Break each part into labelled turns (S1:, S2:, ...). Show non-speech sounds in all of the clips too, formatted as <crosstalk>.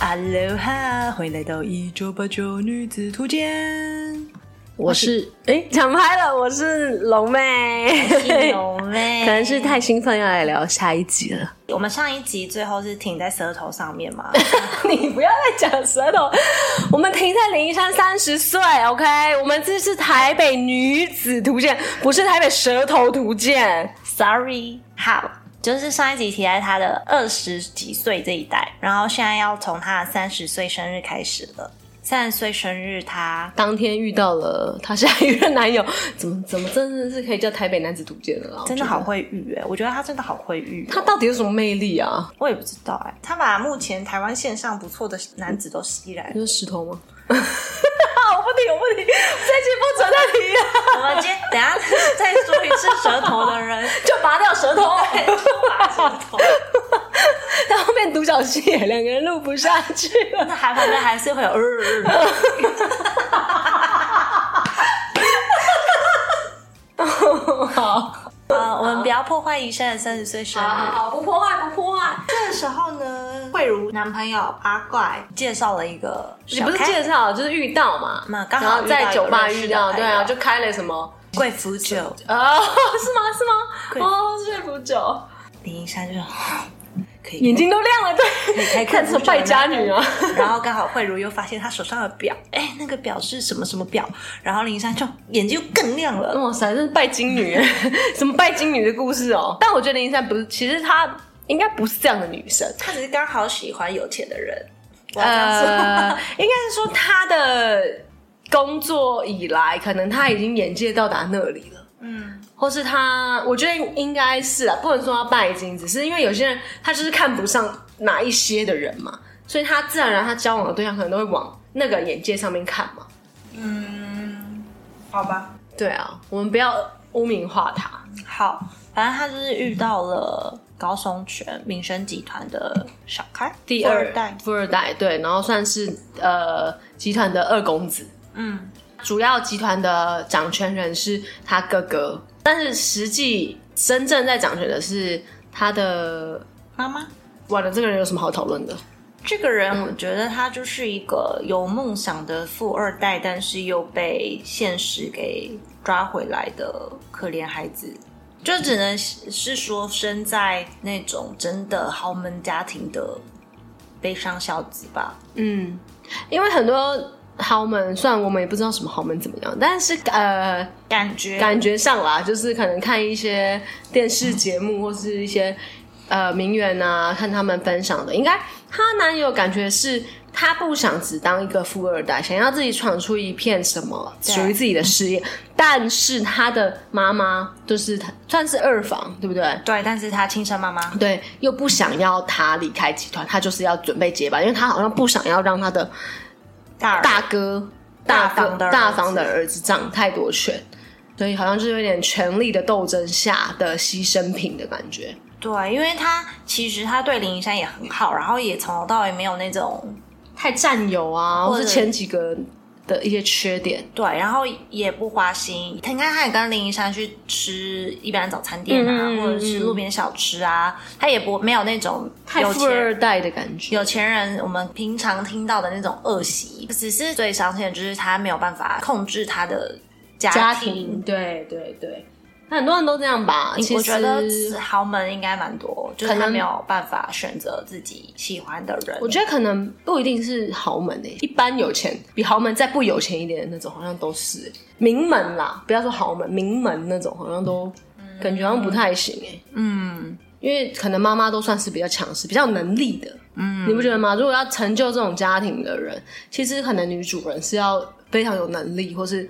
S1: Aloha，欢迎来到一九八九女子图鉴。
S2: 我是哎，
S3: 讲拍了，我是龙妹，
S2: 有
S1: <laughs>
S2: 妹
S3: <laughs> 可能是太兴奋，要来聊下一集了。
S2: 我们上一集最后是停在舌头上面
S1: <laughs>
S2: 嘛？
S3: <laughs> 你不要再讲舌头，我们停在林一山三十岁，OK？我们这是台北女子图鉴，不是台北舌头图鉴。
S2: Sorry，好，就是上一集提在他的二十几岁这一代，然后现在要从他的三十岁生日开始了。三十岁生日他，
S3: 当天遇到了她下一任男友，怎么怎么真的是可以叫台北男子图鉴了啊？
S2: 真的
S3: 我觉
S2: 好
S3: 得，
S2: 会遇哎、我觉得他真的好会遇哦、
S3: 他到底有什么魅力啊？
S2: 我也不知道哎、他把目前台湾线上不错的男子都
S1: <laughs>
S2: 吸来了
S3: 你。是石 <laughs> 头吗？我不提，我不提，这期不准再提了。
S2: 我们今天等一下再说一次舌头
S1: <laughs>
S2: 的人，
S3: <laughs> 就拔掉舌头， <laughs>
S2: 拔舌头。
S3: 到后面独角戏也两个人录不下去了。
S2: 那还旁边还是会有呃 <laughs> 呃呃呃，
S3: 好，
S2: 呃，我们不要破坏一生的三十岁生日。
S3: 好，不破坏，不破坏。
S2: 这个时候呢，慧茹男朋友阿怪介绍了一个
S3: 你
S2: 小
S3: 不是
S2: 开
S3: 介绍，就是遇到嘛，
S2: 嘛
S3: 然
S2: 刚好
S3: 后在酒吧
S2: 遇
S3: 遇
S2: 到有认
S3: 到，
S2: 识的
S3: 对啊，
S2: 朋友
S3: 就开了什么？
S2: 贵腐酒，
S3: 哦， <laughs> 是吗？是
S2: 贵
S3: 吗？哦，是腐酒，
S2: 林一山就说 <laughs> 可以 <laughs>
S3: 眼，睛都亮了，对，
S2: 开
S3: 看成败家女啊。 <laughs>
S2: 然后刚好慧茹又发现她手上的表，哎，那个表是什么什么表，然后林一山就眼睛又更亮了。
S3: 哇塞，这是拜金女， <laughs> 什么拜金女的故事哦？但我觉得林一山不是，其实她应该不是这样的女生。
S2: 他只是刚好喜欢有钱的人，我要这样说。
S3: 呃， <laughs> 应该是说他的工作以来，可能他已经眼界到达那里了。
S2: 嗯，
S3: 或是他，我觉得应该是啊，不能说他拜金，只是因为有些人他就是看不上哪一些的人嘛，所以他自然而然他交往的对象可能都会往那个眼界上面看嘛。
S2: 嗯，好吧，
S3: 对啊，我们不要污名化他。
S2: 好，反正他就是遇到了高松泉民生集团的小开，
S3: 第
S2: 富
S3: 二
S2: 二代，
S3: 富二代对，然后算是呃集团的二公子，
S2: 嗯，
S3: 主要集团的掌权人是他哥哥，但是实际真正在掌权的是他的。
S2: 妈妈。
S3: 完了，这个人有什么好讨论的？
S2: 这个人，我觉得他就是一个有梦想的富二代，但是又被现实给抓回来的可怜孩子，就只能是说生在那种真的豪门家庭的悲伤小子吧。
S3: 嗯，因为很多豪门，虽然我们也不知道什么豪门怎么样，但是呃，
S2: 感觉
S3: 感觉上啦，就是可能看一些电视节目或是一些呃名媛啊，看他们分享的，应该她男友感觉是她不想只当一个富二代，想要自己闯出一片什么
S2: 对
S3: 属于自己的事业，但是她的妈妈就是她算是二房，对不对？
S2: 对，但是他亲生妈妈
S3: 对，又不想要她离开集团，她就是要准备结巴，因为她好像不想要让她的
S2: 大儿
S3: 大哥、大
S2: 大
S3: 哥
S2: 房的儿子
S3: 大房的儿子掌太多权，所以好像就是有点权力的斗争下的牺牲品的感觉。
S2: 对，因为他其实他对林一山也很好，然后也从头到尾没有那种
S3: 太占有啊，
S2: 或
S3: 或
S2: 者
S3: 是前几个的一些缺点。
S2: 对，然后也不花心。你看，他也跟林一山去吃一般早餐店啊，
S3: 嗯嗯嗯
S2: 或者是路边小吃啊，他也不没有那种
S3: 太
S2: 有
S3: 富
S2: 钱
S3: 二代的感觉，
S2: 有钱人我们平常听到的那种恶习。只是最伤心的就是他没有办法控制他的家庭。
S3: 家庭，对对对，那很多人都这样吧。其实
S2: 我觉得豪门应该蛮多，就是
S3: 可
S2: 他
S3: 能
S2: 没有办法选择自己喜欢的人。
S3: 我觉得可能不一定是豪门诶、一般有钱比豪门再不有钱一点的那种，好像都是欸、名门啦，不要说豪门，名门那种好像都感觉好像不太行诶、
S2: 嗯，
S3: 因为可能妈妈都算是比较强势、比较有能力的，嗯，你不觉得吗？如果要成就这种家庭的人，其实可能女主人是要非常有能力，或是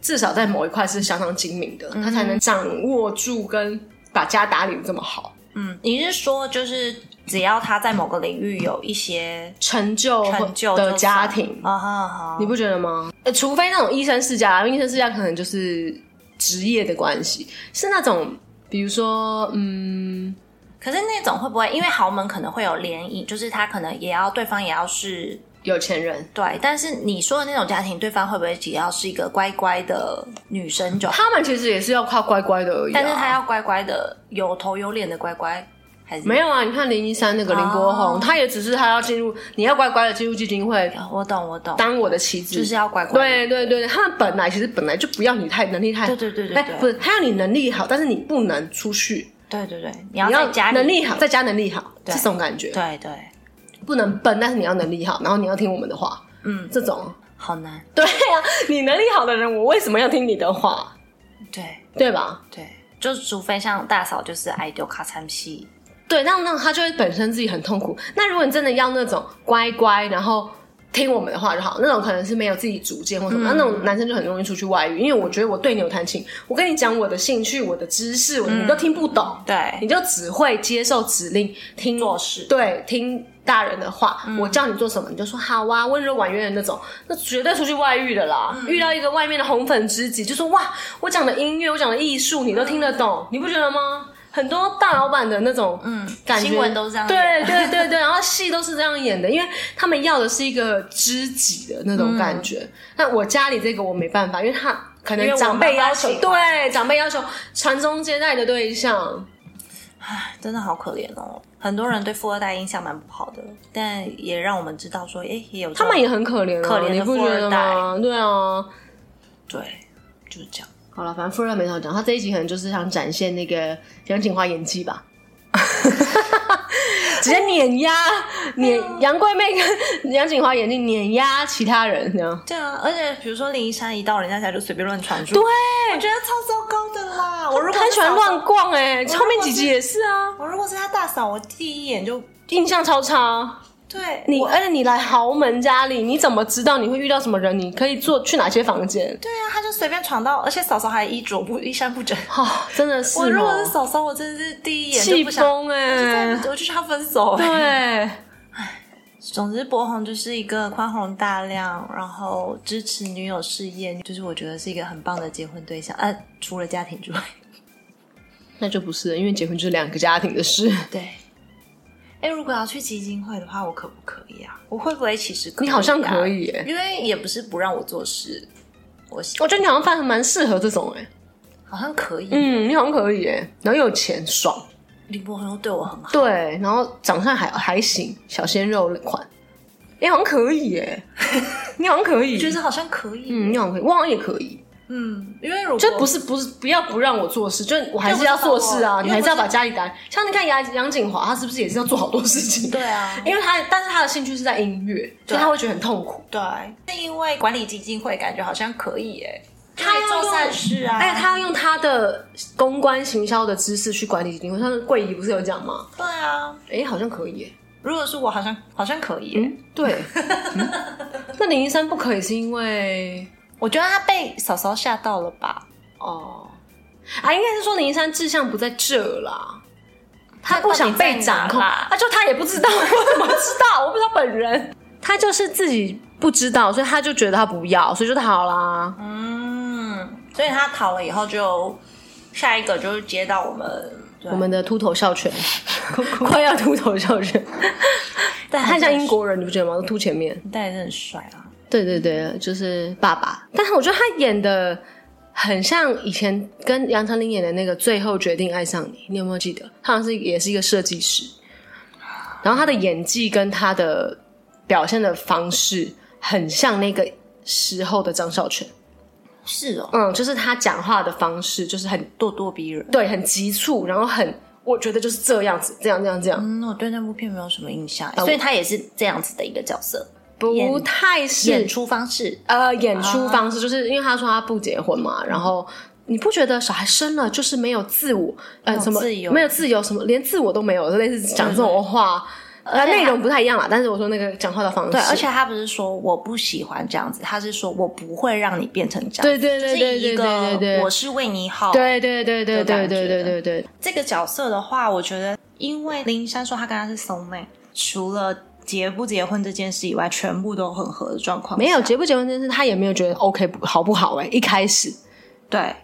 S3: 至少在某一块是相当精明的，
S2: 嗯
S3: 她才能掌握住跟把家打理的这么好，
S2: 嗯，你是说就是只要他在某个领域有一些
S3: 成就
S2: 成就就
S3: 哦的
S2: 算
S3: 家庭，
S2: 啊哈哈，
S3: 你不觉得吗？呃，除非那种医生世家啦，因为医生世家可能就是职业的关系，是那种比如说，嗯，
S2: 可是那种会不会因为豪门可能会有联姻，就是他可能也要对方也要是
S3: 有钱人，
S2: 对，但是你说的那种家庭，对方会不会只要是一个乖乖的女生就好？
S3: 他们其实也是要靠乖乖的而已、啊，
S2: 但是他要乖乖的，有头有脸的乖乖还是
S3: 没有啊，你看林一山那个林柏宏，
S2: 哦
S3: 他也只是他要进入，你要乖乖的进入基金会
S2: 有？我懂，我懂，
S3: 当我的妻子，
S2: 就是要啊乖乖。
S3: 对对对，对他们本来其实本来就不要你太能力太，
S2: 对对对对
S3: 哎
S2: 对
S3: 不是他要你能力好，但是你不能出去，
S2: 对对对，你
S3: 你
S2: 要在家里
S3: 能力好，在家能力好，这
S2: 对
S3: 种感觉，
S2: 对对，
S3: 不能笨，但是你要能力好，然后你要听我们的话，
S2: 嗯，
S3: 这种，
S2: 好难，
S3: <laughs> 对呀、啊，你能力好的人，我为什么要听你的话，
S2: 对
S3: 对吧？
S2: 对，就除非像大嫂就是爱丢卡餐屁，
S3: 对，那那他就会本身自己很痛苦。那如果你真的要那种乖乖，然后听我们的话就好，那种可能是没有自己主见或什么，那那种男生就很容易出去外遇。因为我觉得我对牛弹琴，我跟你讲我的兴趣、我的知识，我的你都听不懂，你
S2: 对
S3: 就只会接受指令，听
S2: 做事嗯
S3: 对，听大人的话。我叫你做什么，你就说好啊，温柔婉约的那种，那绝对出去外遇的啦。
S2: 嗯
S3: 遇到一个外面的红粉知己，就说哇，我讲的音乐，我讲的艺术，你都听
S2: 嗯
S3: 得懂，你不觉得吗？很多大老板的那种，嗯，感觉
S2: 新闻都是这样
S3: 对
S2: 演
S3: 对对对，然后戏都是这样演的，因为他们要的是一个知己的那
S2: 嗯
S3: 种感觉。那我家里这个我没办法，因为他可
S2: 因为
S3: 能
S2: 我
S3: 长辈
S2: 妈妈
S3: 要求，
S2: 喜欢
S3: 对长辈要求传宗接代的对象，
S2: 真的好可怜哦。很多人对富二代印象蛮不好的，但也让我们知道说，哎，也有这
S3: 他
S2: 种
S3: 们也很可怜、啊，
S2: 可怜的
S3: 你不觉得吗？对啊，
S2: 对，就是这样。
S3: 好了，反正富二代没什么讲，他这一集可能就是想展现那个杨锦华演技吧。 <laughs> 直接碾压
S2: 哎
S3: 碾杨贵妹跟杨锦华演技碾压其他人，这样
S2: 对啊，而且比如说林一山一到人家家就随便乱传输，对，我觉得超糟糕的啦。我如果
S3: 他喜欢
S2: 是大嫂
S3: 乱，逛哎、
S2: 如果
S3: 后面几集也是啊，
S2: 我如果是他大嫂，我第一眼就
S3: 印象超差。
S2: 对
S3: 你
S2: 我
S3: 而且你来豪门家里，你怎么知道你会遇到什么人？你可以做去哪些房间？
S2: 对啊，他就随便闯到，而且嫂嫂还衣着不衣衫不整。
S3: 哦，真的是
S2: 我如果是
S3: 哦，
S2: 嫂嫂，我真的是第一眼就
S3: 气
S2: 不想，
S3: 疯嗯哎，
S2: 我就想分手。
S3: 对。
S2: 总之，博宏就是一个宽宏大量，然后支持女友事业，就是我觉得是一个很棒的结婚对象。呃，除了家庭之
S3: <laughs>
S2: 外，
S3: 那就不是了，因为结婚就是两个家庭的事。
S2: 对。哎，如果要去基金会的话，我可不可以啊？我会不会其实可以啊、
S3: 你好像可以耶
S2: 因为也不是不让我做事，我
S3: 我觉得你好像反而蛮适合这种哎、
S2: 好像可以。
S3: 嗯，你好像可以哎、然后又有钱爽，
S2: 李博宏又对我很好，
S3: 对，然后长相还还行，小鲜肉款，你好像可以哎、 <laughs> 你好像可以，
S2: 觉得好像可以。
S3: 嗯，你好像可以，我好像也可以，
S2: 嗯，因为如果
S3: 就不是不是不要不让我做事，就是我还是要做事啊，
S2: 就不是
S3: 你还是要把家里打理。像你看杨杨景华，他是不是也是要做好多事情？
S2: 对啊
S3: <laughs> 因为他但是他的兴趣是在音乐，所以他会觉得很痛苦。
S2: 对，是因为管理基金会感觉好像可以耶，
S3: 他要哎
S2: 做善事啊，
S3: 而且他要用他的公关行销的知识去管理基金会，像是桂姨不是有讲吗？
S2: 对啊，
S3: 哎、好像可以耶。
S2: 如果是我，好像好像可以耶、
S3: 对，嗯 <laughs> 那林一山不可以是因为
S2: 我觉得他被嫂嫂吓到了吧？
S3: 哦啊，应该是说林一山志向不在这啦，他不想被掌
S2: 那到底在
S3: 控
S2: 哪啦
S3: 啊，就他也不知道， <laughs> 我怎么知道？我不知道本人，他就是自己不知道，所以他就觉得他不要，所以就逃啦。
S2: 嗯，所以他逃了以后就下一个就是接到我们，对啊
S3: 我们的秃头孝犬，快要秃头孝犬，
S2: 但
S3: 他很像英，国人，你不觉得吗？都秃前面。
S2: 但也是很帅啊。
S3: 对对对，就是爸爸。但是我觉得他演的很像以前跟杨丞琳演的那个《最后决定爱上你》，你有没有记得？他好像是也是一个设计师，然后他的演技跟他的表现的方式很像那个时候的张孝全。
S2: 是哦，
S3: 嗯，就是他讲话的方式就是很
S2: 咄咄逼人。
S3: 对，很急促，然后很我觉得就是这样子，这样这样这样，
S2: 嗯，我对那部片没有什么印象，
S3: 我
S2: 所以他也是这样子的一个角色，
S3: 不太是
S2: 演出方式。
S3: 呃，演出方式就是因为他说他不结婚嘛，然后你不觉得小孩生了就是没有自我，呃，
S2: 有
S3: 什么
S2: 自由
S3: 没有自由，什么连自我都没有，类似讲这种话，呃，
S2: 而且
S3: 内
S2: 他
S3: 容不太一样啦。但是我说那个讲话的方式，
S2: 对，而且他不是说我不喜欢这样子，他是说我不会让你变成这样。
S3: 对对对
S2: 就
S3: 对
S2: 是
S3: 对
S2: 一
S3: 对对对
S2: 个我是为你好。
S3: 对对对对对
S2: 有
S3: 对
S2: 感
S3: 对
S2: 觉
S3: 对
S2: 的
S3: 对对，
S2: 这个角色的话，我觉得因为林珊说她跟他是 soul mate，除了结不结婚这件事以外，全部都很合的状况下。
S3: 没有结不结婚这件事，他也没有觉得 OK 不好不好哎、一开始
S2: 对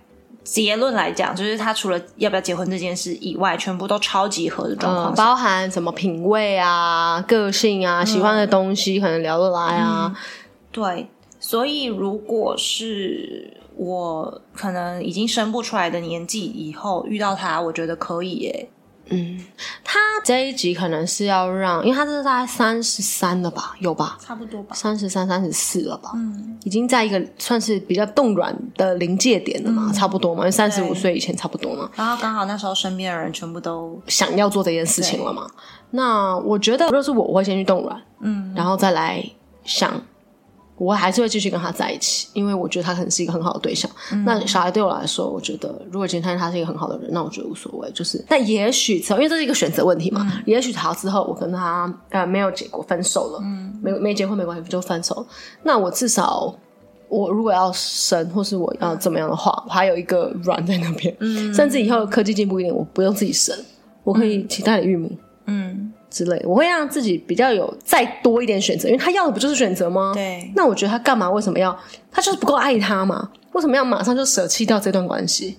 S2: 结论来讲，就是他除了要不要结婚这件事以外，全部都超级合的状
S3: 嗯
S2: 况，下。
S3: 包含什么品味啊、个性啊、喜欢的东西，可能聊得来啊，
S2: 对，所以如果是我可能已经生不出来的年纪以后遇到他，我觉得可以耶。
S3: 他这一集可能是要让，因为他这是大概三十三了吧，有吧？
S2: 差不多吧。
S3: 三十三、三十四了吧？已经在一个算是比较冻卵的临界点了嘛，差不多嘛，因为三十五
S2: 对
S3: 岁以前差不多嘛，
S2: 然后刚好那时候身边的人全部都
S3: 想要做这件事情了嘛。那我觉得，如果是我，我会先去冻卵，嗯，然后再来想，我还是会继续跟他在一起，因为我觉得他可能是一个很好的对象。那小孩对我来说，我觉得如果今天他是一个很好的人，那我觉得无所谓。就是，但也许之后，因为这是一个选择问题嘛，也许好之后我跟他呃没有结果分手了，嗯，没没结婚没关系就分手了，那我至少。我如果要生，或是我要怎么样的话，我还有一个软在那边。嗯，甚至以后科技进步一点，我不用自己生，我可以期待你育母，
S2: 嗯，
S3: 之类的，我会让自己比较有再多一点选择，因为他要的不就是选择吗？
S2: 对
S3: 那我觉得他干嘛？为什么要？他就是不够爱他嘛？为什么要马上就舍弃掉这段关系？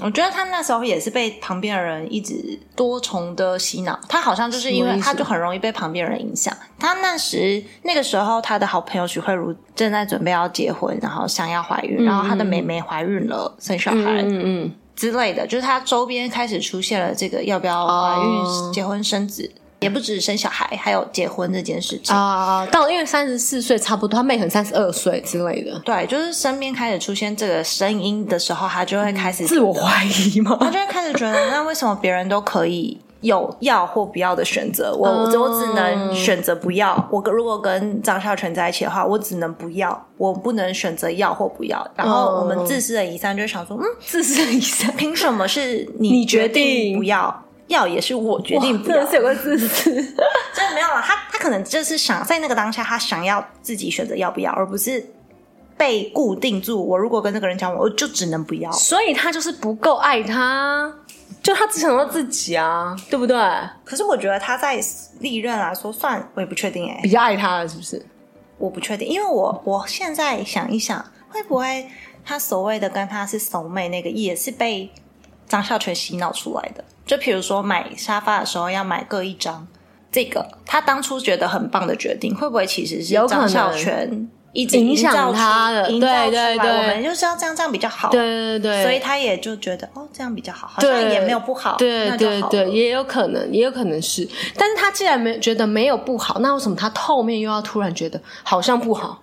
S2: 我觉得他那时候也是被旁边的人一直多重的洗脑，他好像就是因
S3: 什么
S2: 为
S3: 意思
S2: 他就很容易被旁边人影响。他那时那个时候，他的好朋友许慧茹正在准备要结婚，然后想要怀孕，然后他的妹妹怀孕了，生小孩
S3: 嗯嗯，
S2: 之类的，就是他周边开始出现了这个要不要怀孕、
S3: 哦
S2: 结婚、生子，也不只是生小孩，还有结婚这件事情。
S3: 啊、到因为三十四岁差不多，他妹可能三十二岁之类的，
S2: 对，就是身边开始出现这个声音的时候，他就会开始
S3: 嗯自我怀疑吗？
S2: 他就会开始觉得，那为什么别人都可以有要或不要的选择，我
S3: 哦
S2: 我只我只能选择不要。我跟如果跟张孝全在一起的话，我只能不要，我不能选择要或不要。然后我们自私的遗善就会想说，嗯，
S3: <laughs> 自私一下，
S2: 凭什么是
S3: 你
S2: 你决
S3: 决定
S2: 定不要？要也是我决定不要，
S3: 有个自
S2: 真
S3: 私。
S2: 的没有了。他他可能就是想在那个当下，他想要自己选择要不要，而不是被固定住。我如果跟这个人交往，我就只能不要。
S3: 所以他就是不够爱他，就他只想到自己啊，对不对？
S2: 可是我觉得他在历任来说算，我也不确定哎、
S3: 比较爱他了，是不是？
S2: 我不确定，因为我我现在想一想，会不会他所谓的跟他是熟妹那个，也是被张孝全洗脑出来的？就比如说买沙发的时候要买各一张，这个他当初觉得很棒的决定，会不会其实是
S3: 有可能
S2: 张孝全一直
S3: 影响
S2: 营造出
S3: 他的
S2: 营造出来
S3: 对对对
S2: 我们就是要这样这样比较好，
S3: 对对对，
S2: 所以他也就觉得哦这样比较好，好像
S3: 对，
S2: 也没有不好，那
S3: 对
S2: 就
S3: 对
S2: 好
S3: 对，
S2: 了
S3: 也有可能，也有可能是。但是他既然没觉得没有不好，那为什么他后面又要突然觉得好像不好？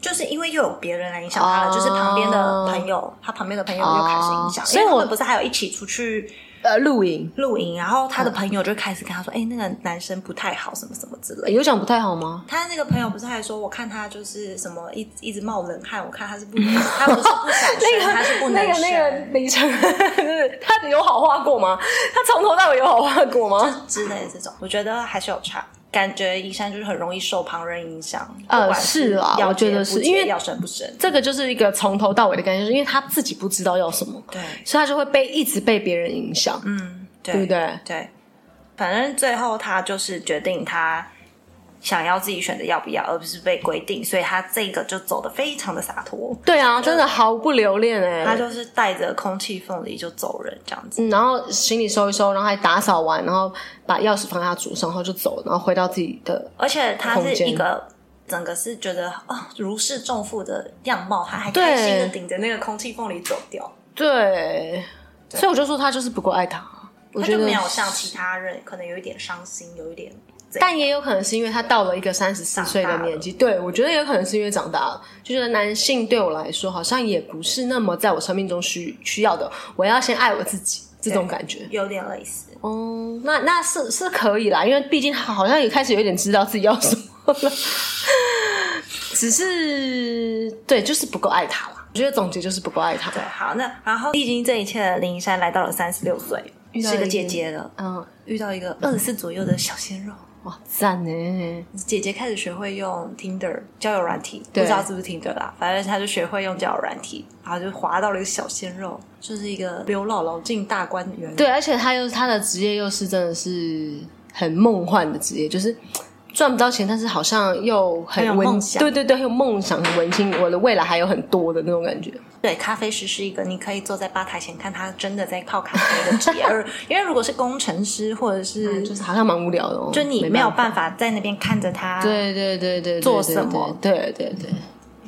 S2: 就是因为又有别人来影响他了，
S3: 哦
S2: 就是旁边的朋友，他旁边的朋友又开始影响，
S3: 哦
S2: 因为
S3: 所以
S2: 他
S3: 我
S2: 们不是还有一起出去
S3: 呃，露营
S2: 露营，然后他的朋
S3: 嗯
S2: 友就开始跟他说：“哎、那个男生不太好，什么什么之类。”
S3: 有讲不太好吗？
S2: 他那个朋友不是还说：“我看他就是什么一一直冒冷汗，我看他是不，他不是不想生，他是不能
S3: <laughs> 那个
S2: 生。
S3: 那个李晨， <laughs> 他有好话过吗？他从头到尾有好话过吗？
S2: 之类的这种，我觉得还是有差。感觉医生就是很容易受旁人影响，
S3: 呃
S2: 不管
S3: 是啦
S2: 要
S3: 我觉
S2: 结
S3: 得
S2: 不
S3: 是
S2: 结
S3: 因为
S2: 要生不生，
S3: 这个就是一个从头到尾的感觉，就是因为他自己不知道要什么，
S2: 对，
S3: 所以他就会被一直被别人影响。
S2: 嗯，对
S3: 对不对
S2: 对，反正最后他就是决定他想要自己选择要不要，而不是被规定，所以他这个就走的非常的洒脱，
S3: 对啊，真的毫不留恋哎、
S2: 嗯他就是带着空气凤梨就走人这样子。
S3: 嗯然后行李收一收，然后还打扫完，然后把钥匙放在他桌上，然后就走，然后回到自己的
S2: 而且他
S3: 空
S2: 是
S3: 间
S2: 一个整个是觉得哦如释重负的样貌，他还
S3: 对
S2: 开心的顶着那个空气凤梨走掉，
S3: 对，所以我就说他就是不够爱他，啊我
S2: 他
S3: 觉
S2: 就
S3: 得
S2: 没有像其他人可能有一点伤心，有一点怎样
S3: 但也有可能是因为他到了一个三十四岁的年纪，对我觉得也有可能是因为长大了，就觉得男性对我来说好像也不是那么在我生命中需需要的，我要先爱我自己这种感觉。
S2: 有点类似。
S3: 哦，那那是是可以啦，因为毕竟他好像也开始有点知道自己要什么了，只是对，就是不够爱他啦。我觉得总结就是不够爱他
S2: 对，。好，那然后历经这一切的林珊来到了三十六岁，
S3: 到
S2: 是个
S3: 一个
S2: 姐姐了。
S3: 嗯，
S2: 遇到一个二十四左右的小鲜肉，
S3: 哇，赞呢！
S2: 姐姐开始学会用 Tinder 交友软体，不
S3: 对
S2: 知道是不是 Tinder 啦，反正她就学会用交友软体，然后就滑到了一个小鲜肉，就是一个刘姥姥进大观园，
S3: 对，而且他又他的职业又是真的是很梦幻的职业，就是赚不到钱，但是好像又很
S2: 很有
S3: 温
S2: 梦想
S3: 对对对，很有梦想，很文青，我的未来还有很多的那种感觉。
S2: 对，咖啡师是一个你可以坐在吧台前看他真的在泡咖啡的职
S3: <laughs>
S2: 业，而因为如果是工程师或者是、
S3: 就是好像蛮无聊的、哦，
S2: 就你没
S3: 没
S2: 有办
S3: 办
S2: 法在那边看着他，
S3: 法。对对对对，对
S2: 做什么？
S3: <laughs> 对对对对对，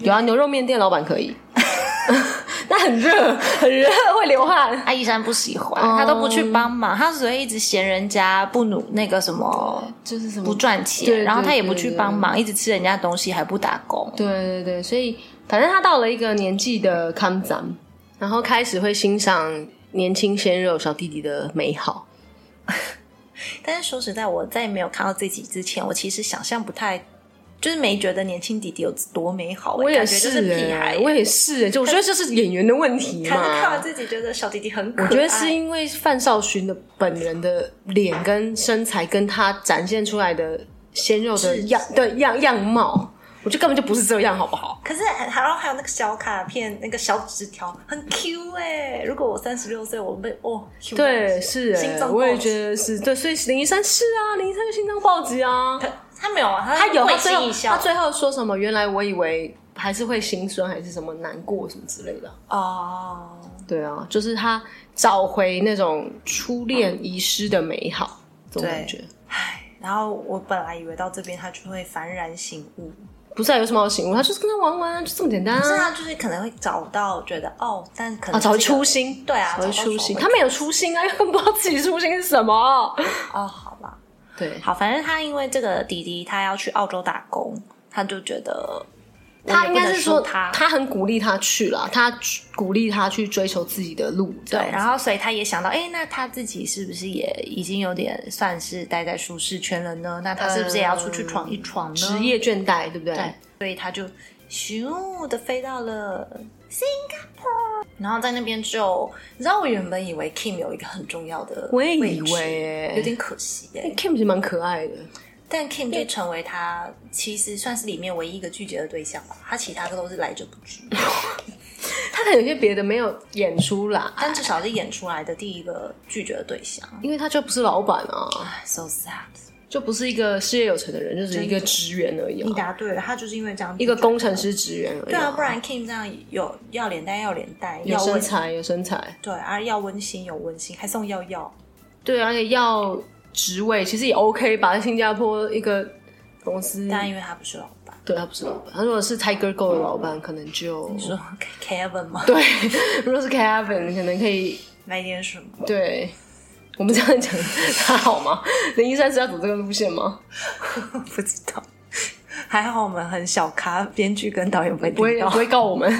S3: 有啊，牛肉面店老板可以。那很热，很热，会流汗。
S2: 阿一山不喜欢，他都不去帮忙，他只会一直嫌人家不努那个什么
S3: 就是什么
S2: 不赚钱，
S3: 对对
S2: 然后他也不
S3: 对
S2: 去
S3: 对
S2: 帮忙，一直吃人家东西还不打工。
S3: 对对对，所以反正他到了一个年纪的康长，然后开始会欣赏年轻鲜肉小弟弟的美好。
S2: 但是说实在，我在没有看到这集之前，我其实想象不太，就是没觉得年轻弟弟有多美好、欸，
S3: 我也
S2: 感觉就是是屁
S3: 哎、
S2: 孩、
S3: 我也是、哎，就我觉得这是演员的问题
S2: 可是
S3: 嘛。
S2: 看完这集觉得小弟弟很可爱，
S3: 我觉得是因为范少勋的本人的脸跟身材，跟他展现出来的鲜肉的
S2: 质
S3: 样对样样貌，我觉得根本就不是这样，好不好？
S2: 可是还然后还有那个小卡片，那个小纸条很 Q 哎、如果我三十六岁，我被哦 Q 到
S3: 对，是、
S2: 心
S3: 哎，
S2: 脏
S3: 我也
S2: 暴击
S3: 觉得是对，所以林一山是啊，林一山就心脏暴击啊，
S2: 他他没有啊，
S3: 他有
S2: 会
S3: 他最
S2: 心
S3: 后
S2: 一笑
S3: 他最后说什么？原来我以为还是会心酸，还是什么难过什么之类的。
S2: 哦，
S3: 对啊，就是他找回那种初恋遗失的美好，这种感觉。
S2: 唉，然后我本来以为到这边他就会幡然醒悟，
S3: 不是啊，有什么好醒悟？他就是跟他玩玩啊，就这么简单
S2: 可是他
S3: 啊。
S2: 就是可能会找到觉得哦，但可能、
S3: 啊，找回初，心，
S2: 对啊
S3: 找回
S2: 找到
S3: 初心。
S2: 找回
S3: 他没有初心啊，因为 <laughs> 不知道自己初心是什么。
S2: 哦，好吧，
S3: 对，
S2: 好，反正他因为这个弟弟他要去澳洲打工，他就觉得
S3: 他应该是说
S2: 他
S3: 他很鼓励他去了，他鼓励他去追求自己的路，这
S2: 对
S3: 样，子。
S2: 然后所以他也想到，哎，那他自己是不是也已经有点算是待在舒适圈了呢？那他是不是也要出去闯一闯呢？
S3: 职业倦怠，对不对？
S2: 对，所以他就咻的飞到了 Singapore，然后在那边就，你知道我原本以为 Kim 有一个很重要的
S3: 我也
S2: 位
S3: 以
S2: 置，
S3: 为欸
S2: 有点可惜哎、
S3: Kim 其实蛮可爱的，
S2: 但 Kim 就成为他其实算是里面唯一一个拒绝的对象吧，他其他的都是来者不
S3: <laughs>
S2: 拒，
S3: 他可能有些别的没有演出啦，
S2: 但至少是演出来的第一个拒绝的对
S3: <laughs>
S2: 象
S3: 因为他就不是老板啊，
S2: ，so sad。
S3: 就不是一个事业有成的人，就是一个职员而已、
S2: 你
S3: 啊，
S2: 答对了，他就是因为这样
S3: 一个工程师职员而已、
S2: 对啊，不然 Kim 这样有要脸蛋要脸蛋，
S3: 有
S2: 要
S3: 身
S2: 温
S3: 材有身材，
S2: 对啊，要温馨有温馨，还送药药，
S3: 对啊，而且要职位其实也 OK 吧，在新加坡一个公司，
S2: 但因为他不是老板，
S3: 对他不是老板，他如果是 Tiger Go 的老板，可能就
S2: 你说 Kevin 吗？
S3: <laughs> 嗯对，如果是 Kevin 可能可以
S2: 来点什么？
S3: 对。我们这样讲他好吗？林一山是要走这个路线吗？
S2: 不知道，还好我们很小咖，编剧跟导演不会
S3: 不会
S2: 听
S3: 不
S2: 到。
S3: 会告我们。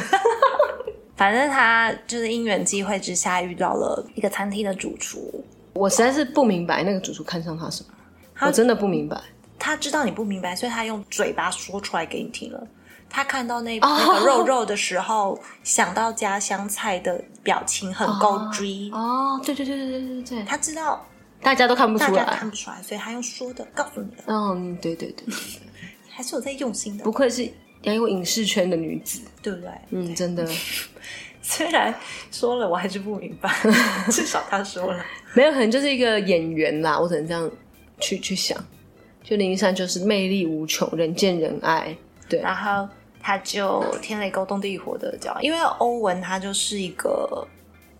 S3: <laughs>
S2: 反正他就是因缘际会之下遇到了一个餐厅的主厨，
S3: 我实在是不明白那个主厨看上他什么，我真的不明白。
S2: 他知道你不明白，所以他用嘴巴说出来给你听了。他看到那
S3: 哦
S2: 那个肉肉的时候，想到家乡菜的表情很够追。
S3: 哦，对对对对对对对，
S2: 他知道
S3: 大家都看不
S2: 大
S3: 出
S2: 家看
S3: 来。
S2: 不出来，所以他用说的告诉你了，
S3: 嗯，对对对，
S2: 还是有在用心的
S3: 不，愧是洋有影视圈的女子，
S2: 对不对？
S3: 嗯，真 <laughs> 的
S2: 虽然说了，我还是不明
S3: <laughs>
S2: 白，至少他说了。
S3: 没有可能就是一个演员啦，我只能这样去去想。就林一山就是魅力无穷，人见人爱，对，
S2: 然后他就天雷勾动地火的讲，因为欧文他就是一个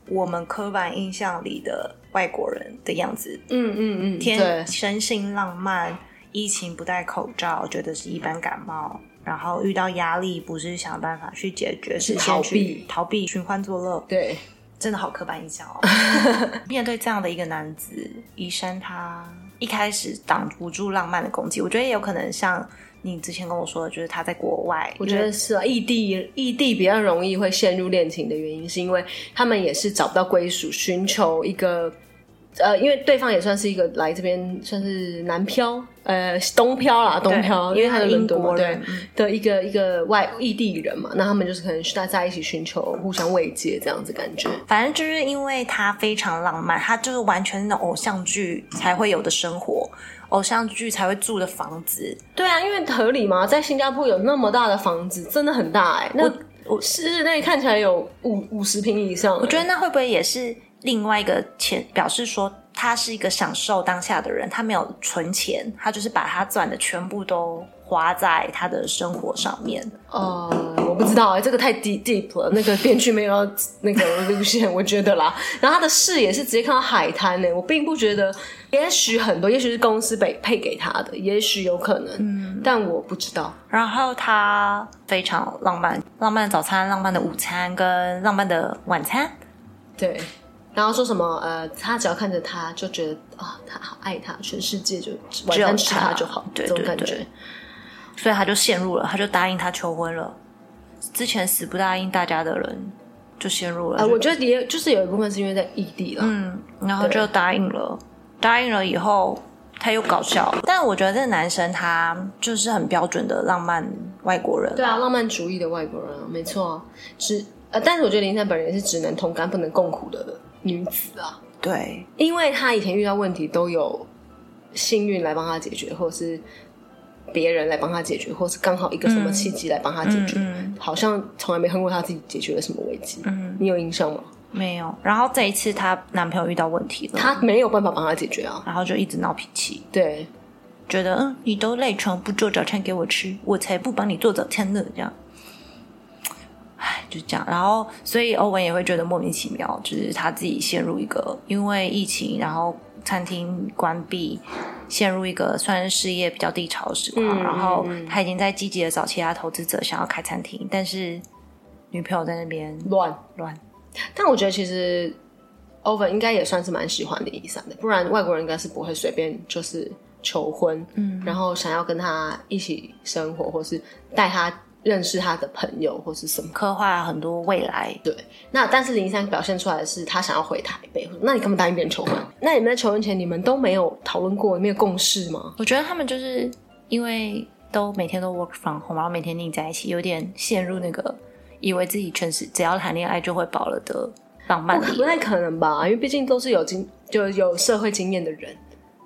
S2: 我们刻板印象里的外国人的样子，
S3: 嗯嗯嗯，对
S2: 天，生性浪漫，疫情不戴口罩，觉得是一般感冒。然后遇到压力，不是想办法去解决，是
S3: 逃
S2: 先
S3: 避
S2: 去逃避、寻欢作乐。
S3: 对，
S2: 真的好刻板印象哦。
S3: <laughs>
S2: 面对这样的一个男子，医生他一开始挡不住浪漫的攻击，我觉得也有可能像你之前跟我说的，就是他在国外，
S3: 我觉得是啊，异地异地比较容易会陷入恋情的原因，是因为他们也是找不到归属，寻求一个呃，因为对方也算是一个来这边算是南漂，呃，东漂啦，东漂，
S2: 对
S3: 因为他在伦敦
S2: 因
S3: 嘛，
S2: 为他是英
S3: 对嗯
S2: 国人
S3: 的一个一个外异地人嘛，那他们就是可能是大家一起寻求互相慰藉这样子感觉，
S2: 反正就是因为他非常浪漫，他就是完全那种偶像剧才会有的生活，偶像剧才会住的房子。
S3: 对啊，因为合理嘛，在新加坡有那么大的房子，真的很大哎、那
S2: 我
S3: 室内看起来有五五十平以上、欸
S2: 我觉得那会不会也是另外一个钱，表示说他是一个享受当下的人，他没有存钱，他就是把他赚的全部都花在他的生活上面。
S3: 呃，我不不知道哎、这个太 deep deep 了，那个编剧没
S2: <laughs>
S3: 有要那个路线，我觉得啦。然后他的视野是直接看到海滩呢、我并不觉得，也许很多，也许是公司配配给他的，也许有可能，嗯，但我不知道。
S2: 然后它非常浪漫，浪漫的早餐、浪漫的午餐跟浪漫的晚餐。
S3: 对，然后说什么呃，他只要看着他就觉得啊、他好爱他，全世界就晚
S2: 有
S3: 餐吃
S2: 他
S3: 他就好，
S2: 对
S3: 这种
S2: 对
S3: 感
S2: 对
S3: 觉。
S2: 所以他就陷入了，他就答应他求婚了。之前死不答应大家的人就陷入了，
S3: 啊、
S2: 就
S3: 我觉得也就是有一部分是因为在异地了，
S2: 嗯，然后
S3: 对
S2: 就答应了。答应了以后，他又搞笑。但我觉得这个男生他就是很标准的浪漫外国人，
S3: 对啊，浪漫主义的外国人啊，没错啊，只呃，但是我觉得林珊本人也是只能同甘不能共苦的女子啊，
S2: 对
S3: 因为她以前遇到问题都有幸运来帮她解决，或者是别人来帮她解决，或是刚好一个什么契机来帮她解决，
S2: 嗯
S3: 好像从来没看过她自己解决了什么危机。
S2: 嗯，
S3: 你有印象吗？
S2: 没有。然后这一次她男朋友遇到问题了，
S3: 她没有办法帮她解决啊。
S2: 然后就一直闹脾气，
S3: 对，
S2: 觉得嗯，你都累成不做早餐给我吃，我才不帮你做早餐呢，这样。唉，就这样。然后，所以欧文也会觉得莫名其妙，就是他自己陷入一个因为疫情，然后餐厅关闭，陷入一个算是事业比较低潮的时光。
S3: 嗯
S2: 然后
S3: 嗯嗯
S2: 他已经在积极的找其他投资者，想要开餐厅，但是女朋友在那边
S3: 乱。
S2: 乱。
S3: 但我觉得其实 Over 应该也算是蛮喜欢林一山的，不然外国人应该是不会随便就是求婚，嗯，然后想要跟他一起生活，或是带他认识他的朋友或是什么。
S2: 刻画很多未来，
S3: 对，那但是林一山表现出来的是他想要回台北，那你干嘛答应别人求婚？那你们在求婚前你们都没有讨论过，没有共识吗？
S2: 我觉得他们就是因为都每天都 work from home，然后每天腻在一起，有点陷入那个以为自己全是只要谈恋爱就会饱了的浪漫里
S3: 不。太可能吧，因为毕竟都是有经就有社会经验的人，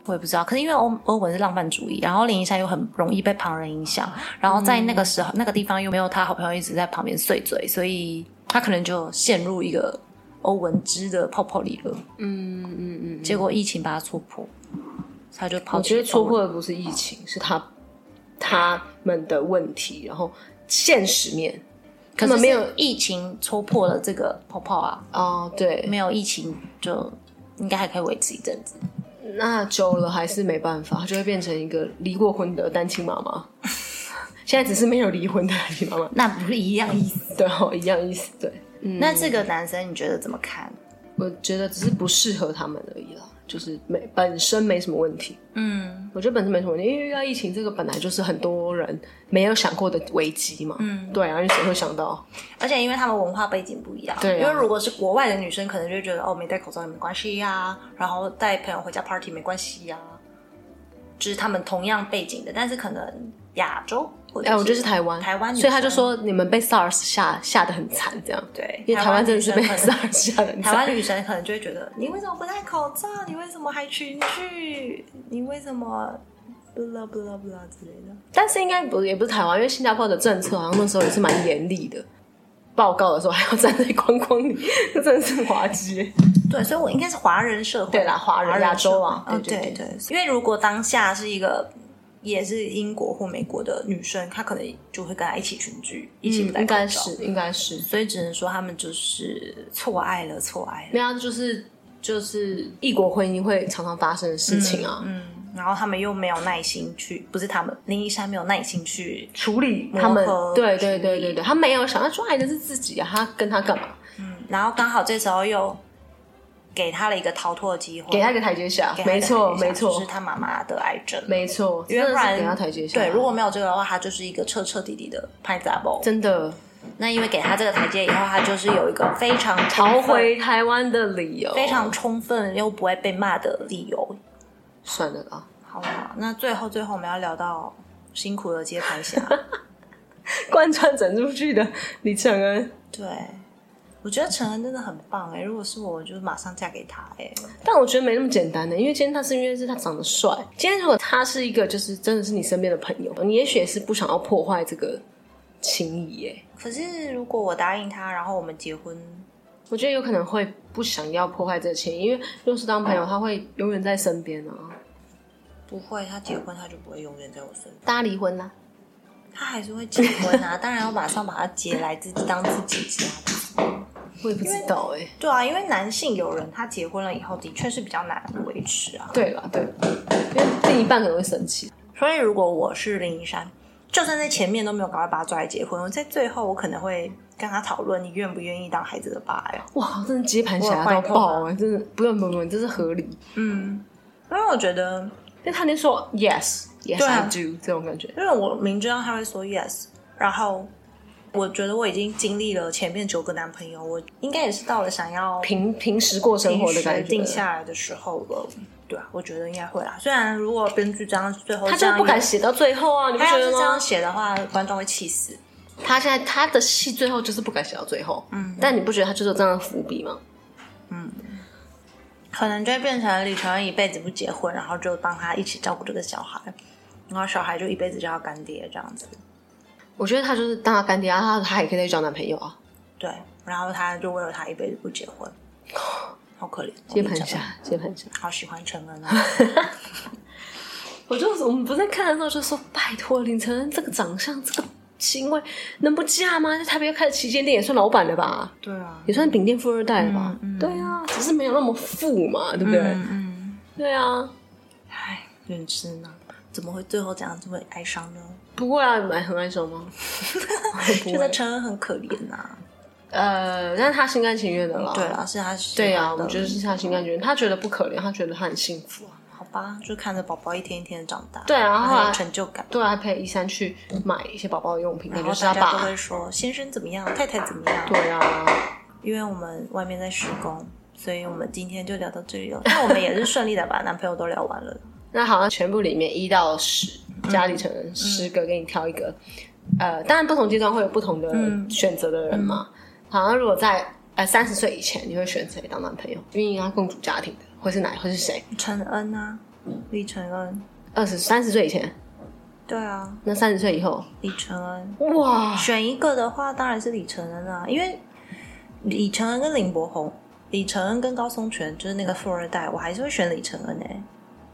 S2: 我也不知道，可是因为欧欧文是浪漫主义，然后林一山又很容易被旁人影响，然后在那个时候、
S3: 嗯
S2: 那个地方又没有他好朋友一直在旁边碎嘴，所以他可能就陷入一个欧文之的泡泡里了。
S3: 嗯嗯嗯，
S2: 结果疫情把他戳破，他就抛
S3: 我
S2: 弃
S3: 觉得
S2: 欧
S3: 戳
S2: 文
S3: 破的不是疫情，是他他们的问题，然后现实面
S2: 可
S3: 根本
S2: 是
S3: 没有
S2: 是疫情戳破了这个泡泡啊。
S3: 哦，对，
S2: 没有疫情就应该还可以维持一阵子。
S3: 那久了还是没办法，就会变成一个离过婚的单亲妈妈。现在只是没有离婚的单亲妈妈，
S2: 那不是一样意思？
S3: 对哦，一样意思。对，
S2: 那这个男生你觉得怎么看？
S3: 我觉得只是不适合他们而已啦，就是没本身没什么问题。
S2: 嗯
S3: 我觉得本身没什么问题，因为遇到疫情这个本来就是很多人没有想过的危机嘛。
S2: 嗯，
S3: 对啊，因为谁会想到？
S2: 而且因为他们文化背景不一样，
S3: 对
S2: 因
S3: 啊
S2: 为如果是国外的女生，可能就会觉得哦，没戴口罩也没关系呀、然后带朋友回家 party 没关系呀、就是他们同样背景的，但是可能亚洲或者
S3: 哎、我觉得是台湾，
S2: 台湾女生，
S3: 所以他就说你们被 SARS 吓吓得很惨，这样。
S2: 对
S3: 因为台湾真的是被
S2: 台湾女生
S3: SARS 吓得很
S2: 台湾
S3: 惨。
S2: 女生可能就会觉得，你为什么不戴口罩？你为什么还群聚？你为什么不啦不啦不啦之类的？
S3: 但是应该不也不是台湾，因为新加坡的政策好像那时候也是蛮严厉的，报告的时候还要站在框框里， <laughs> 这真的是滑稽。
S2: 对，所以我应该是华人社会，
S3: 对啦华人亚洲啊
S2: 社会嗯
S3: 对
S2: 对
S3: 对
S2: 对因为如果当下是一个也是英国或美国的女生，她可能就会跟她一起群聚，一起不戴
S3: 嗯应
S2: 口罩
S3: 该是，应该是，
S2: 所以只能说他们就是错爱了，错爱了。
S3: 那样啊就是就是异国婚姻会常常发生的事情啊。
S2: 嗯，然后他们又没有耐心去，不是他们，林一山没有耐心去
S3: 处理
S2: 磨
S3: 他们
S2: 合，
S3: 对对
S2: 处
S3: 对
S2: 理
S3: 对对，他没有想要说爱的是自己啊，他跟他干嘛？
S2: 然后刚好这时候又给他了一个逃脱的机会，
S3: 给他一个台阶下
S2: 给，他
S3: 没
S2: 一个
S3: 错
S2: 台阶
S3: 没
S2: 下
S3: 错
S2: 就是，他妈妈得癌症，
S3: 没错，
S2: 因为
S3: 真
S2: 不
S3: 的是
S2: 然
S3: 给他台阶下。
S2: 对，如果没有这个的话，他就是一个彻彻底底的拍 double。
S3: 真的
S2: 那因为给他这个台阶以后，他就是有一个非常充分、
S3: 逃回台湾的理由，
S2: 非常充分又不会被骂的理由。
S3: 算了啦。
S2: 好啦，那最后最后我们要聊到辛苦的接盘
S3: <laughs>
S2: 侠，
S3: 贯穿整出剧的李承恩，
S2: 对。我觉得陈恩真的很棒哎、如果是我，我就马上嫁给他哎、
S3: 但我觉得没那么简单欸的，因为今天他是因为是他长得帅，今天如果他是一个就是真的是你身边的朋友，你也许也是不想要破坏这个情谊欸耶。
S2: 可是如果我答应他，然后我们结婚，
S3: 我觉得有可能会不想要破坏这个情谊，因为如果是当朋友，他会永远在身边啊。
S2: 不会，他结婚他就不会永远在我身边。
S3: 大家离婚啦，
S2: 他还是会结婚
S3: <laughs>
S2: 啊，当然要马上把他结来自己当自己家。
S3: 我也不知道哎、
S2: 对啊，因为男性友人他结婚了以后，的确是比较难维持啊。
S3: 对了，对，因为另一半可能会生气。
S2: 所以如果我是林依珊，就算在前面都没有赶快把他抓来结婚，我在最后我可能会跟他讨论你愿不愿意当孩子的爸呀。
S3: 哇靠，真的接盘侠到爆哎、真的不用不用不用，这是合理。
S2: 嗯，因为我觉得，
S3: 但他就说 yes yes
S2: 对
S3: I
S2: 啊
S3: do 这种感觉，
S2: 因为我明知道他会说 yes，然后我觉得我已经经历了前面九个男朋友，我应该也是到了想要
S3: 平平时过生活的
S2: 决
S3: 感觉。
S2: 定下来的时候了。对啊，我觉得应该会啦。虽然如果编剧这样最后
S3: 他
S2: 这
S3: 就
S2: 样
S3: 不敢写到最后啊，你不
S2: 他
S3: 觉
S2: 要是
S3: 得
S2: 这
S3: 吗
S2: 样？写的话，观众会气死。
S3: 他现在他的戏最后就是不敢写到最后，嗯，但你不觉得他就是有这样的伏笔吗？
S2: 可能就会变成李承恩一辈子不结婚，然后就帮他一起照顾这个小孩，然后小孩就一辈子叫他干爹这样子。
S3: 我觉得他就是当他干爹啊，他他也可以再去找男朋友啊，
S2: 对，然后他就为了他一辈子不结
S3: <laughs>
S2: 婚，好可怜。
S3: 接盘侠，接盘侠。
S2: 好喜欢承
S3: <laughs>
S2: 恩啊！
S3: 我就我们不是在看的时候就说，拜托林承恩这个长相，这个行为能不嫁吗？在台北要开的旗舰店也算老板了吧，
S2: 对啊，
S3: 也算饼店富二代了吧？对啊，只是没有那么富嘛，对不对？
S2: 嗯，
S3: 对啊，
S2: 唉，人生啊，怎么会最后这样这么哀伤呢？
S3: 不过啊，你们很爱收 <laughs> 吗？不
S2: 觉得
S3: 会
S2: 承恩很可怜呐、
S3: 呃，但是他心甘情愿的啦。
S2: 对啊，是他喜欢
S3: 对啊，
S2: 的
S3: 我觉得是他心甘情愿，他觉得不可怜，他觉得他很幸福啊。
S2: 好吧，就看着宝宝一天一天的长大，
S3: 对啊，然后后
S2: 很有
S3: 来
S2: 成就感。
S3: 对啊，陪一珊去买一些宝宝的用品，感
S2: 然
S3: 觉
S2: 后
S3: 是
S2: 大
S3: 他
S2: 家都
S3: 爸
S2: 会。说先生怎么样，太太怎么样，
S3: 对啊，
S2: 因为我们外面在施工，所以我们今天就聊到这里了。但我们也是顺利的把男朋友都聊完了。
S3: 那好像全部里面一到十，家里成人十个给你挑一个。呃，当然不同阶段会有不同的
S2: 嗯
S3: 选择的人嘛。好像如果在呃三十岁以前，你会选谁当男朋友？因为你要共组家庭的，会是哪？会是谁？
S2: 陈恩啊，李承恩，
S3: 二十三十岁以前，
S2: 对啊，
S3: 那三十岁以后，
S2: 李承恩。
S3: 哇，
S2: 选一个的话，当然是李承恩啊，因为李承恩跟林柏宏，李承恩跟高松泉就是那个富二代，我还是会选李承恩诶、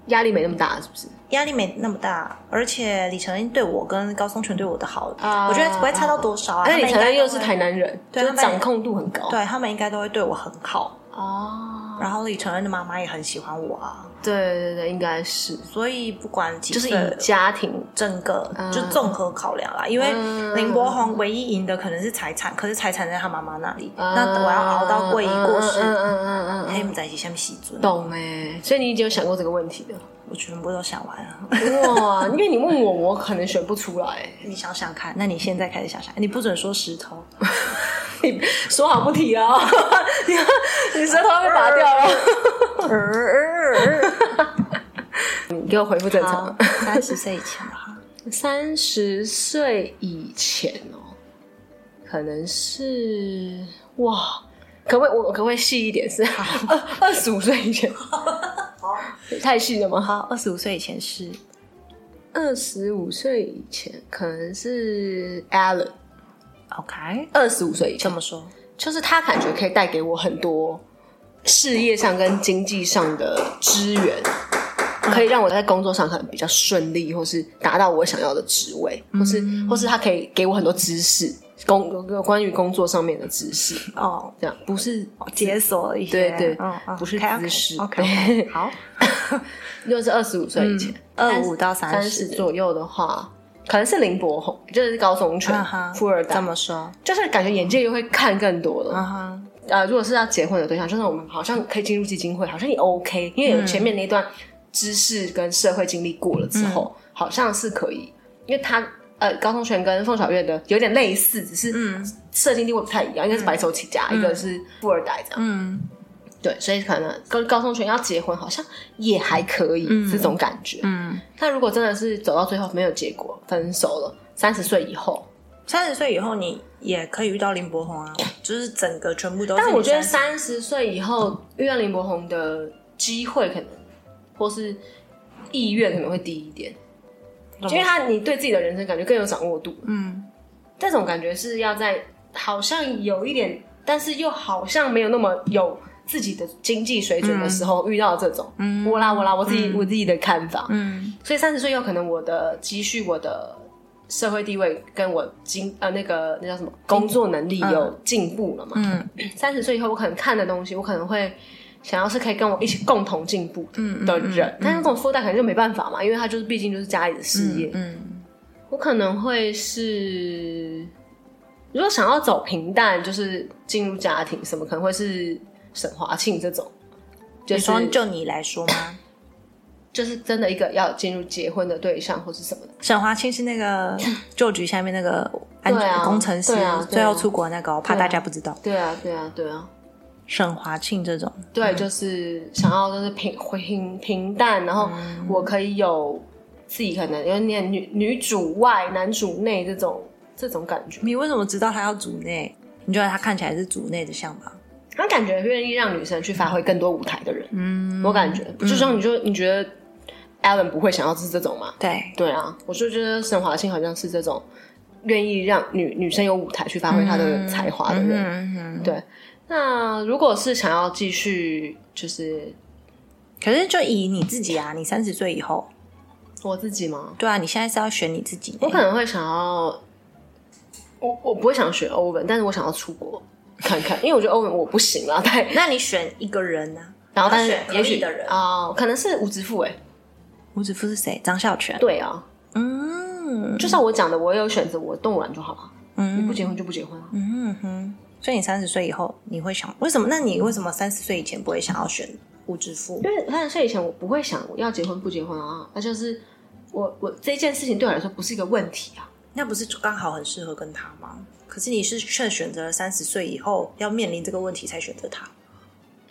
S3: 压力没那么大，是不是？
S2: 压力没那么大，而且李承恩对我跟高松泉对我的好，
S3: 啊
S2: 我觉得不会差到多少啊。
S3: 而且
S2: 他们
S3: 李
S2: 应
S3: 承
S2: 该
S3: 恩又
S2: 都
S3: 是
S2: 会
S3: 台，南人，就
S2: 对
S3: 是
S2: 他们
S3: 掌控度很高。
S2: 对他们应该都会对我很好。
S3: 哦，
S2: 然后李承恩的妈妈也很喜欢我啊，
S3: 对对对，应该是，
S2: 所以不管几
S3: 就是
S2: 岁，
S3: 以家庭
S2: 整个就综合考量啦。因为
S3: 嗯
S2: 林柏宏唯一赢的可能是财产，可是财产在他妈妈那里，那
S3: 嗯
S2: 我要熬到过一过
S3: 嗯
S2: 世，
S3: 嗯嗯嗯嗯
S2: 黑
S3: 嗯，
S2: 姆在一起下面洗尊，
S3: 懂哎，所以你已经有想过这个问题了。
S2: 我全部都想完了。 <laughs>
S3: 哇，因为你问我，我可能选不出来。
S2: 你想想看，那你现在开始想想，你不准说石头，
S3: 你说好不提啊， <laughs> 你你舌头被拔掉呃了。你给我回复正常。
S2: 三十岁以前
S3: <laughs>
S2: 吧。
S3: 三十岁以前哦，可能是哇，可不可以我可不可以细一
S2: <laughs>
S3: 点？是二二十五岁以前，太细了吗？
S2: 好，二十五岁以前是
S3: 二十五岁以前可能是 Alan，
S2: OK，
S3: 二十五岁以
S2: 这
S3: 前
S2: 么说，
S3: 就是他感觉可以带给我很多事业上跟经济上的支援，可以让我在工作上可能比较顺利，或是达到我想要的职位，或是或是他可以给我很多知识，工有关于工作上面的知识，
S2: 哦，
S3: 这样不是 <laughs>
S2: 解锁了一些，
S3: 对对
S2: 嗯嗯，
S3: 不是姿势
S2: OK，
S3: 对 <laughs>
S2: 好，
S3: 就是二十五岁以前，
S2: 二五到
S3: 三
S2: 三
S3: 嗯十
S2: 十，
S3: 左右的话，可能是林柏宏，就是高松泉
S2: 嗯哼
S3: 富二代
S2: 这，么说，
S3: 就是感觉眼界又会看更多了。
S2: 嗯哼，
S3: 呃，如果是要结婚的对象，就是我们好像可以进入基金会，好像也 OK，因为有前面那段知识跟社会经历过了之后，
S2: 嗯
S3: 好像是可以，因为他呃高松泉跟凤小岳的有点类似，只是
S2: 嗯
S3: 社经地位不太一样，一个是白手起家，一个是富二代这样，
S2: 嗯。
S3: 对，所以可能跟高松泉要结婚，好像也还可以、这种感觉。
S2: 嗯，
S3: 那如果真的是走到最后没有结果，分手了，三十岁以后，
S2: 三十岁以后你也可以遇到林柏宏啊，就是整个全部都是。
S3: 但我觉得，三十岁以后遇到林柏宏的机会可能，或是意愿可能会低一点，因为他你对自己的人生感觉更有掌握度。
S2: 嗯，
S3: 这种感觉是要在好像有一点，但是又好像没有那么有自己的经济水
S2: 嗯
S3: 准的时候遇到这种，嗯，我啦我啦，我自己、我自己的看法，
S2: 嗯
S3: 所以三十岁有可能我的积蓄，我的。社会地位跟我经呃那个那叫什么工作能力有进步了嘛。
S2: 嗯，
S3: 三十岁以后，我可能看的东西，我可能会想要是可以跟我一起共同进步的
S2: 嗯
S3: 的人，但是这种负担可能就没办法嘛，因为他就是毕竟就是家里的事业。
S2: 嗯
S3: 我可能会是，如果想要走平淡，就是进入家庭什么，可能会是沈华庆这种，就
S2: 你
S3: 是
S2: 说就你来说吗？
S3: 就是真的一个要进入结婚的对象或是什么的。
S2: 沈华清是那
S3: <laughs>
S2: 个旧局下面那个安
S3: 对啊
S2: 工程师
S3: 对啊对啊，
S2: 最后出国那个哦，怕
S3: 对啊
S2: 大家不知道。
S3: 对啊，对啊，对啊，
S2: 沈华庆这种，
S3: 对，就是想要就是平平平淡，然后我可以有自己可能有点女女主外男主内这种这种感觉，
S2: 你为什么知道他要组内？你觉得他看起来是组内的像吗？
S3: 他感觉愿意让女生去发挥更多舞台的人，嗯，我感觉就像你就你觉得 Alan 不会想要是这种嘛？
S2: 对，
S3: 对啊，我就觉得沈华清好像是这种愿意让女女生有舞台去发挥她的才华的人。
S2: 嗯哼。
S3: 对，那如果是想要继续，就是
S2: 可是就以你自己啊，你三十岁以后，
S3: 我自己吗？
S2: 对啊，你现在是要选你自己呢。
S3: 我可能会想要，我我不会想学欧文，但是我想要出国看看，因为我觉得欧文我不行啦。但
S2: 那你选一个人呢、
S3: 然后但是
S2: 选可以
S3: 也许
S2: 的人
S3: 啊、可能是吴子富哎、
S2: 伍子夫是谁？张孝全。
S3: 对啊，
S2: 嗯
S3: 就像我讲的，我有选择，我动软就好了。你不
S2: 嗯
S3: 结婚就不结婚啊。
S2: 嗯哼。所以你三十岁以后，你会想为什么？那你为什么三十岁以前不会想要选伍子夫？
S3: 因为三十岁以前我不会想我要结婚不结婚啊，那就是我我这件事情对我来说不是一个问题啊。
S2: 那不是刚好很适合跟他吗？可是你是却选择了三十岁以后要面临这个问题才选择他。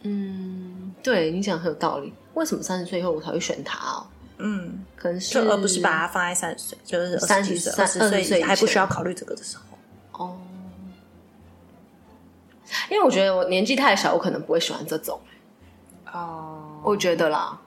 S3: 嗯，对你讲得很有道理。为什么三十岁以后我才会选他哦？
S2: 嗯，
S3: 可能是
S2: 就而不是把它放在三十岁，就是二十岁、
S3: 三
S2: 二
S3: 十
S2: 十
S3: 三
S2: 岁
S3: 20岁以前
S2: 还不需要考虑这个的时候。
S3: 哦，因为我觉得我年纪太小，我可能不会喜欢这种。
S2: 哦，
S3: 我觉得啦，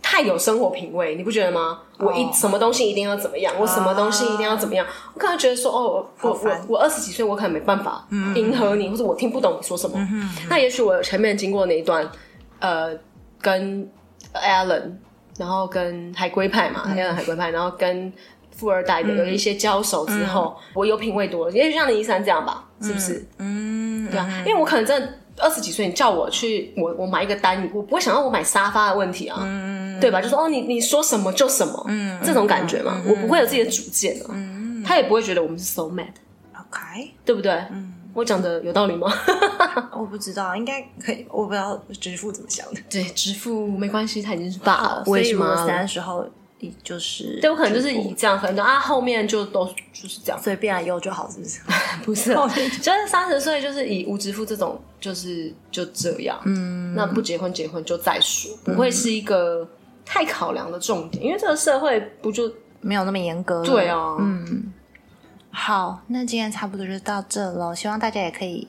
S3: 太有生活品味，你不觉得吗？我一、
S2: 哦
S3: 什么东西一定要怎么样，我什么东西一定要怎么样，我可能觉得说，哦，
S2: 好
S3: 我我我
S2: 烦嗯
S3: 我二十几岁，我可能没办法迎合你，或者我听不懂你说什么。那也许我前面经过那一段，呃，跟 Alan，然后跟海龟派嘛、a
S2: 嗯
S3: l a n 海龟派，然后跟富二代的有一些交手之后，我有品味多了，也许像林一山这样吧，是不是？
S2: 嗯，
S3: 对啊，因为我可能真的二十几岁，你叫我去，我我买一个单，我不会想到我买沙发的问题
S2: 嗯
S3: 啊，对吧？就说哦，你你说什么就什么，这种感觉
S2: 嗯
S3: 嘛，我不会有自己的主见啊，他也不会觉得我们是 so mad，
S2: ，OK。
S3: 对不对？我讲的有道理吗？
S2: 我不知道，应该可以，我不知道支付怎么想的。
S3: <laughs> 对，直付没关系，他已经是爸了，
S2: 所
S3: 所
S2: 以
S3: 以
S2: 如果
S3: 嘛，
S2: 三十后，你就是
S3: 对我可能就是以这样分，就啊，后面就都就是这样，
S2: 随便来用就好，是不是？
S3: <laughs> 不是啊， <laughs> 就是三十岁就是以无职父这种，就是就这样，嗯，那不结婚结婚就再说，不会是一个太考量的重点，因为这个社会不就
S2: <laughs> 没有那么严格。
S3: 对，啊，嗯，
S2: 好，那今天差不多就到这了，希望大家也可以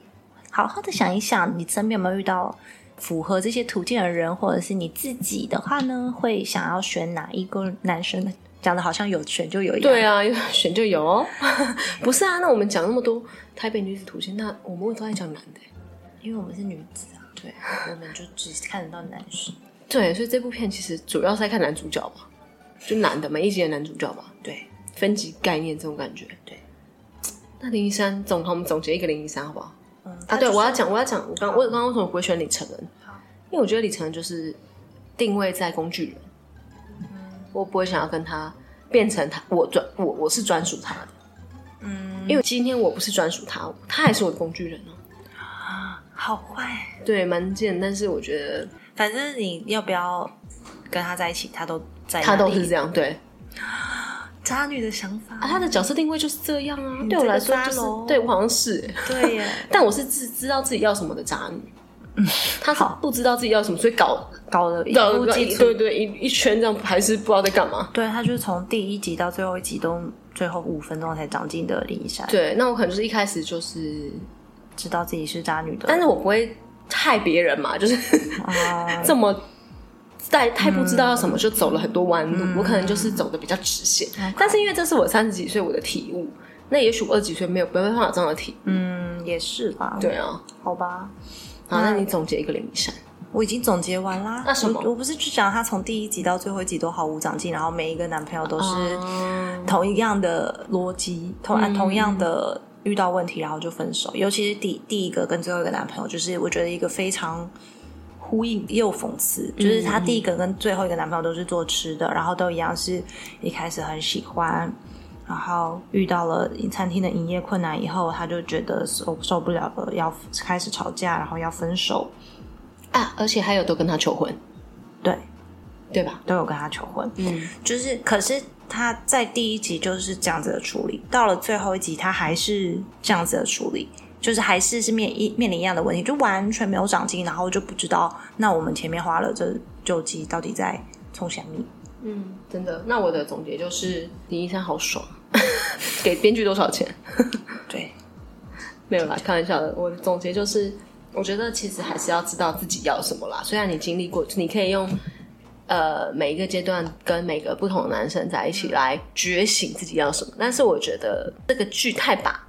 S2: 好好的想一想，你身边有没有遇到符合这些途径的人，或者是你自己的话呢，会想要选哪一个男生呢？讲的好像有选就有一样，
S3: 对啊， <laughs> 选就有 <laughs> 哦，不是啊，那我们讲那么多台北女子图鉴，那我们为什么要讲男的？
S2: 因为我们是女子啊，对，我们就只看得到男生，
S3: 对，所以这部片其实主要是在看男主角吧，就男的每一集的男主角吧，
S2: 对，
S3: 分级概念这种感觉。
S2: 对，
S3: 那林一山总统，我们总结一个林一山好不好？
S2: 嗯
S3: 啊，对，我要讲，我要讲，我刚我刚刚为什么不会选李承恩？因为我觉得李承恩就是定位在工具人，我不会想要跟他变成他，我专我我是专属他的，嗯，因为今天我不是专属他，他还是我的工具人哦、
S2: 好坏。
S3: 对，蛮贱，但是我觉得
S2: 反正你要不要跟他在一起，他都在
S3: 他都
S2: 那里
S3: 是这样，对
S2: 渣女的想法。
S3: 啊，他的角色定位就是这样啊，
S2: 你
S3: 对
S2: 嗯
S3: 我
S2: 这个
S3: 来说
S2: 渣
S3: 就是
S2: 喽，
S3: 对我好像是、欸
S2: 对耶，
S3: 但我是自知道自己要什么的渣女，他是不知道自己要什么，所以搞
S2: 搞嗯了一
S3: 搞
S2: 部
S3: 一
S2: 基础
S3: 对，对一一圈这样，还是不知道在干嘛。
S2: 对他就是从第一集到最后一集都最后五分钟才长进的林一山，
S3: 对，那我可能就是一开始就是，
S2: 知道自己是渣女的，
S3: 但是我不会害别人嘛，就是
S2: 啊，
S3: <laughs>
S2: 嗯
S3: 这么。太太不知道要什么，就走了很多弯路。我可能就是走的比较直线，但是因为这是我三十几岁我的体悟，那也许我二十几岁没有没办法有这样的体悟。
S2: 嗯，也是吧，
S3: 对，啊，
S2: 好吧，
S3: 好，那你总结一个林一山，
S2: 我已经总结完啦。
S3: 那什么
S2: 我我不是去讲他从第一集到最后一集都毫无长进，然后每一个男朋友都是
S3: 哦
S2: 同一样的逻辑，同按同样的遇到问题，然后就分手。尤其是第第一个跟最后一个男朋友，就是我觉得一个非常。呼应又讽刺，就是她第一个跟最后一个男朋友都是做吃的，然后都一样是一开始很喜欢，然后遇到了餐厅的营业困难以后，她就觉得受受不了了，要开始吵架，然后要分手。
S3: 啊，而且还有都跟他求婚，
S2: 对，
S3: 对吧？
S2: 都有跟他求婚，
S3: 嗯，
S2: 就是可是他在第一集就是这样子的处理，到了最后一集他还是这样子的处理，就是还是是面一面临一样的问题，就完全没有长进，然后就不知道那我们前面花了这九集到底在冲什么。
S3: 嗯，真的。那我的总结就是，林一山好爽，啊 <laughs> 给编剧多少钱？ <laughs>
S2: 对，
S3: 没有啦，开玩笑的。我的总结就是，我觉得其实还是要知道自己要什么啦。虽然你经历过，你可以用呃每一个阶段跟每个不同的男生在一起来觉醒自己要什么，但是我觉得这个剧太把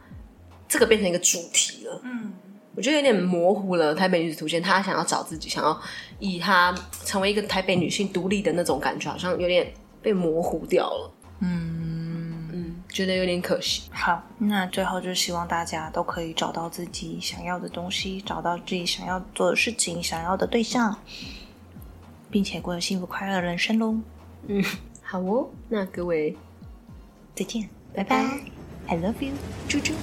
S3: 这个变成一个主题了。
S2: 嗯，
S3: 我觉得有点模糊了。台北女子图鉴，她想要找自己，想要以她成为一个台北女性独立的那种感觉，好像有点被模糊掉了。嗯嗯，觉得有点可惜。
S2: 好，那最后就希望大家都可以找到自己想要的东西，找到自己想要做的事情、想要的对象，并且过着幸福快乐的人生喽。
S3: 好哦，那各位
S2: 再见，拜拜，I love you，啾啾。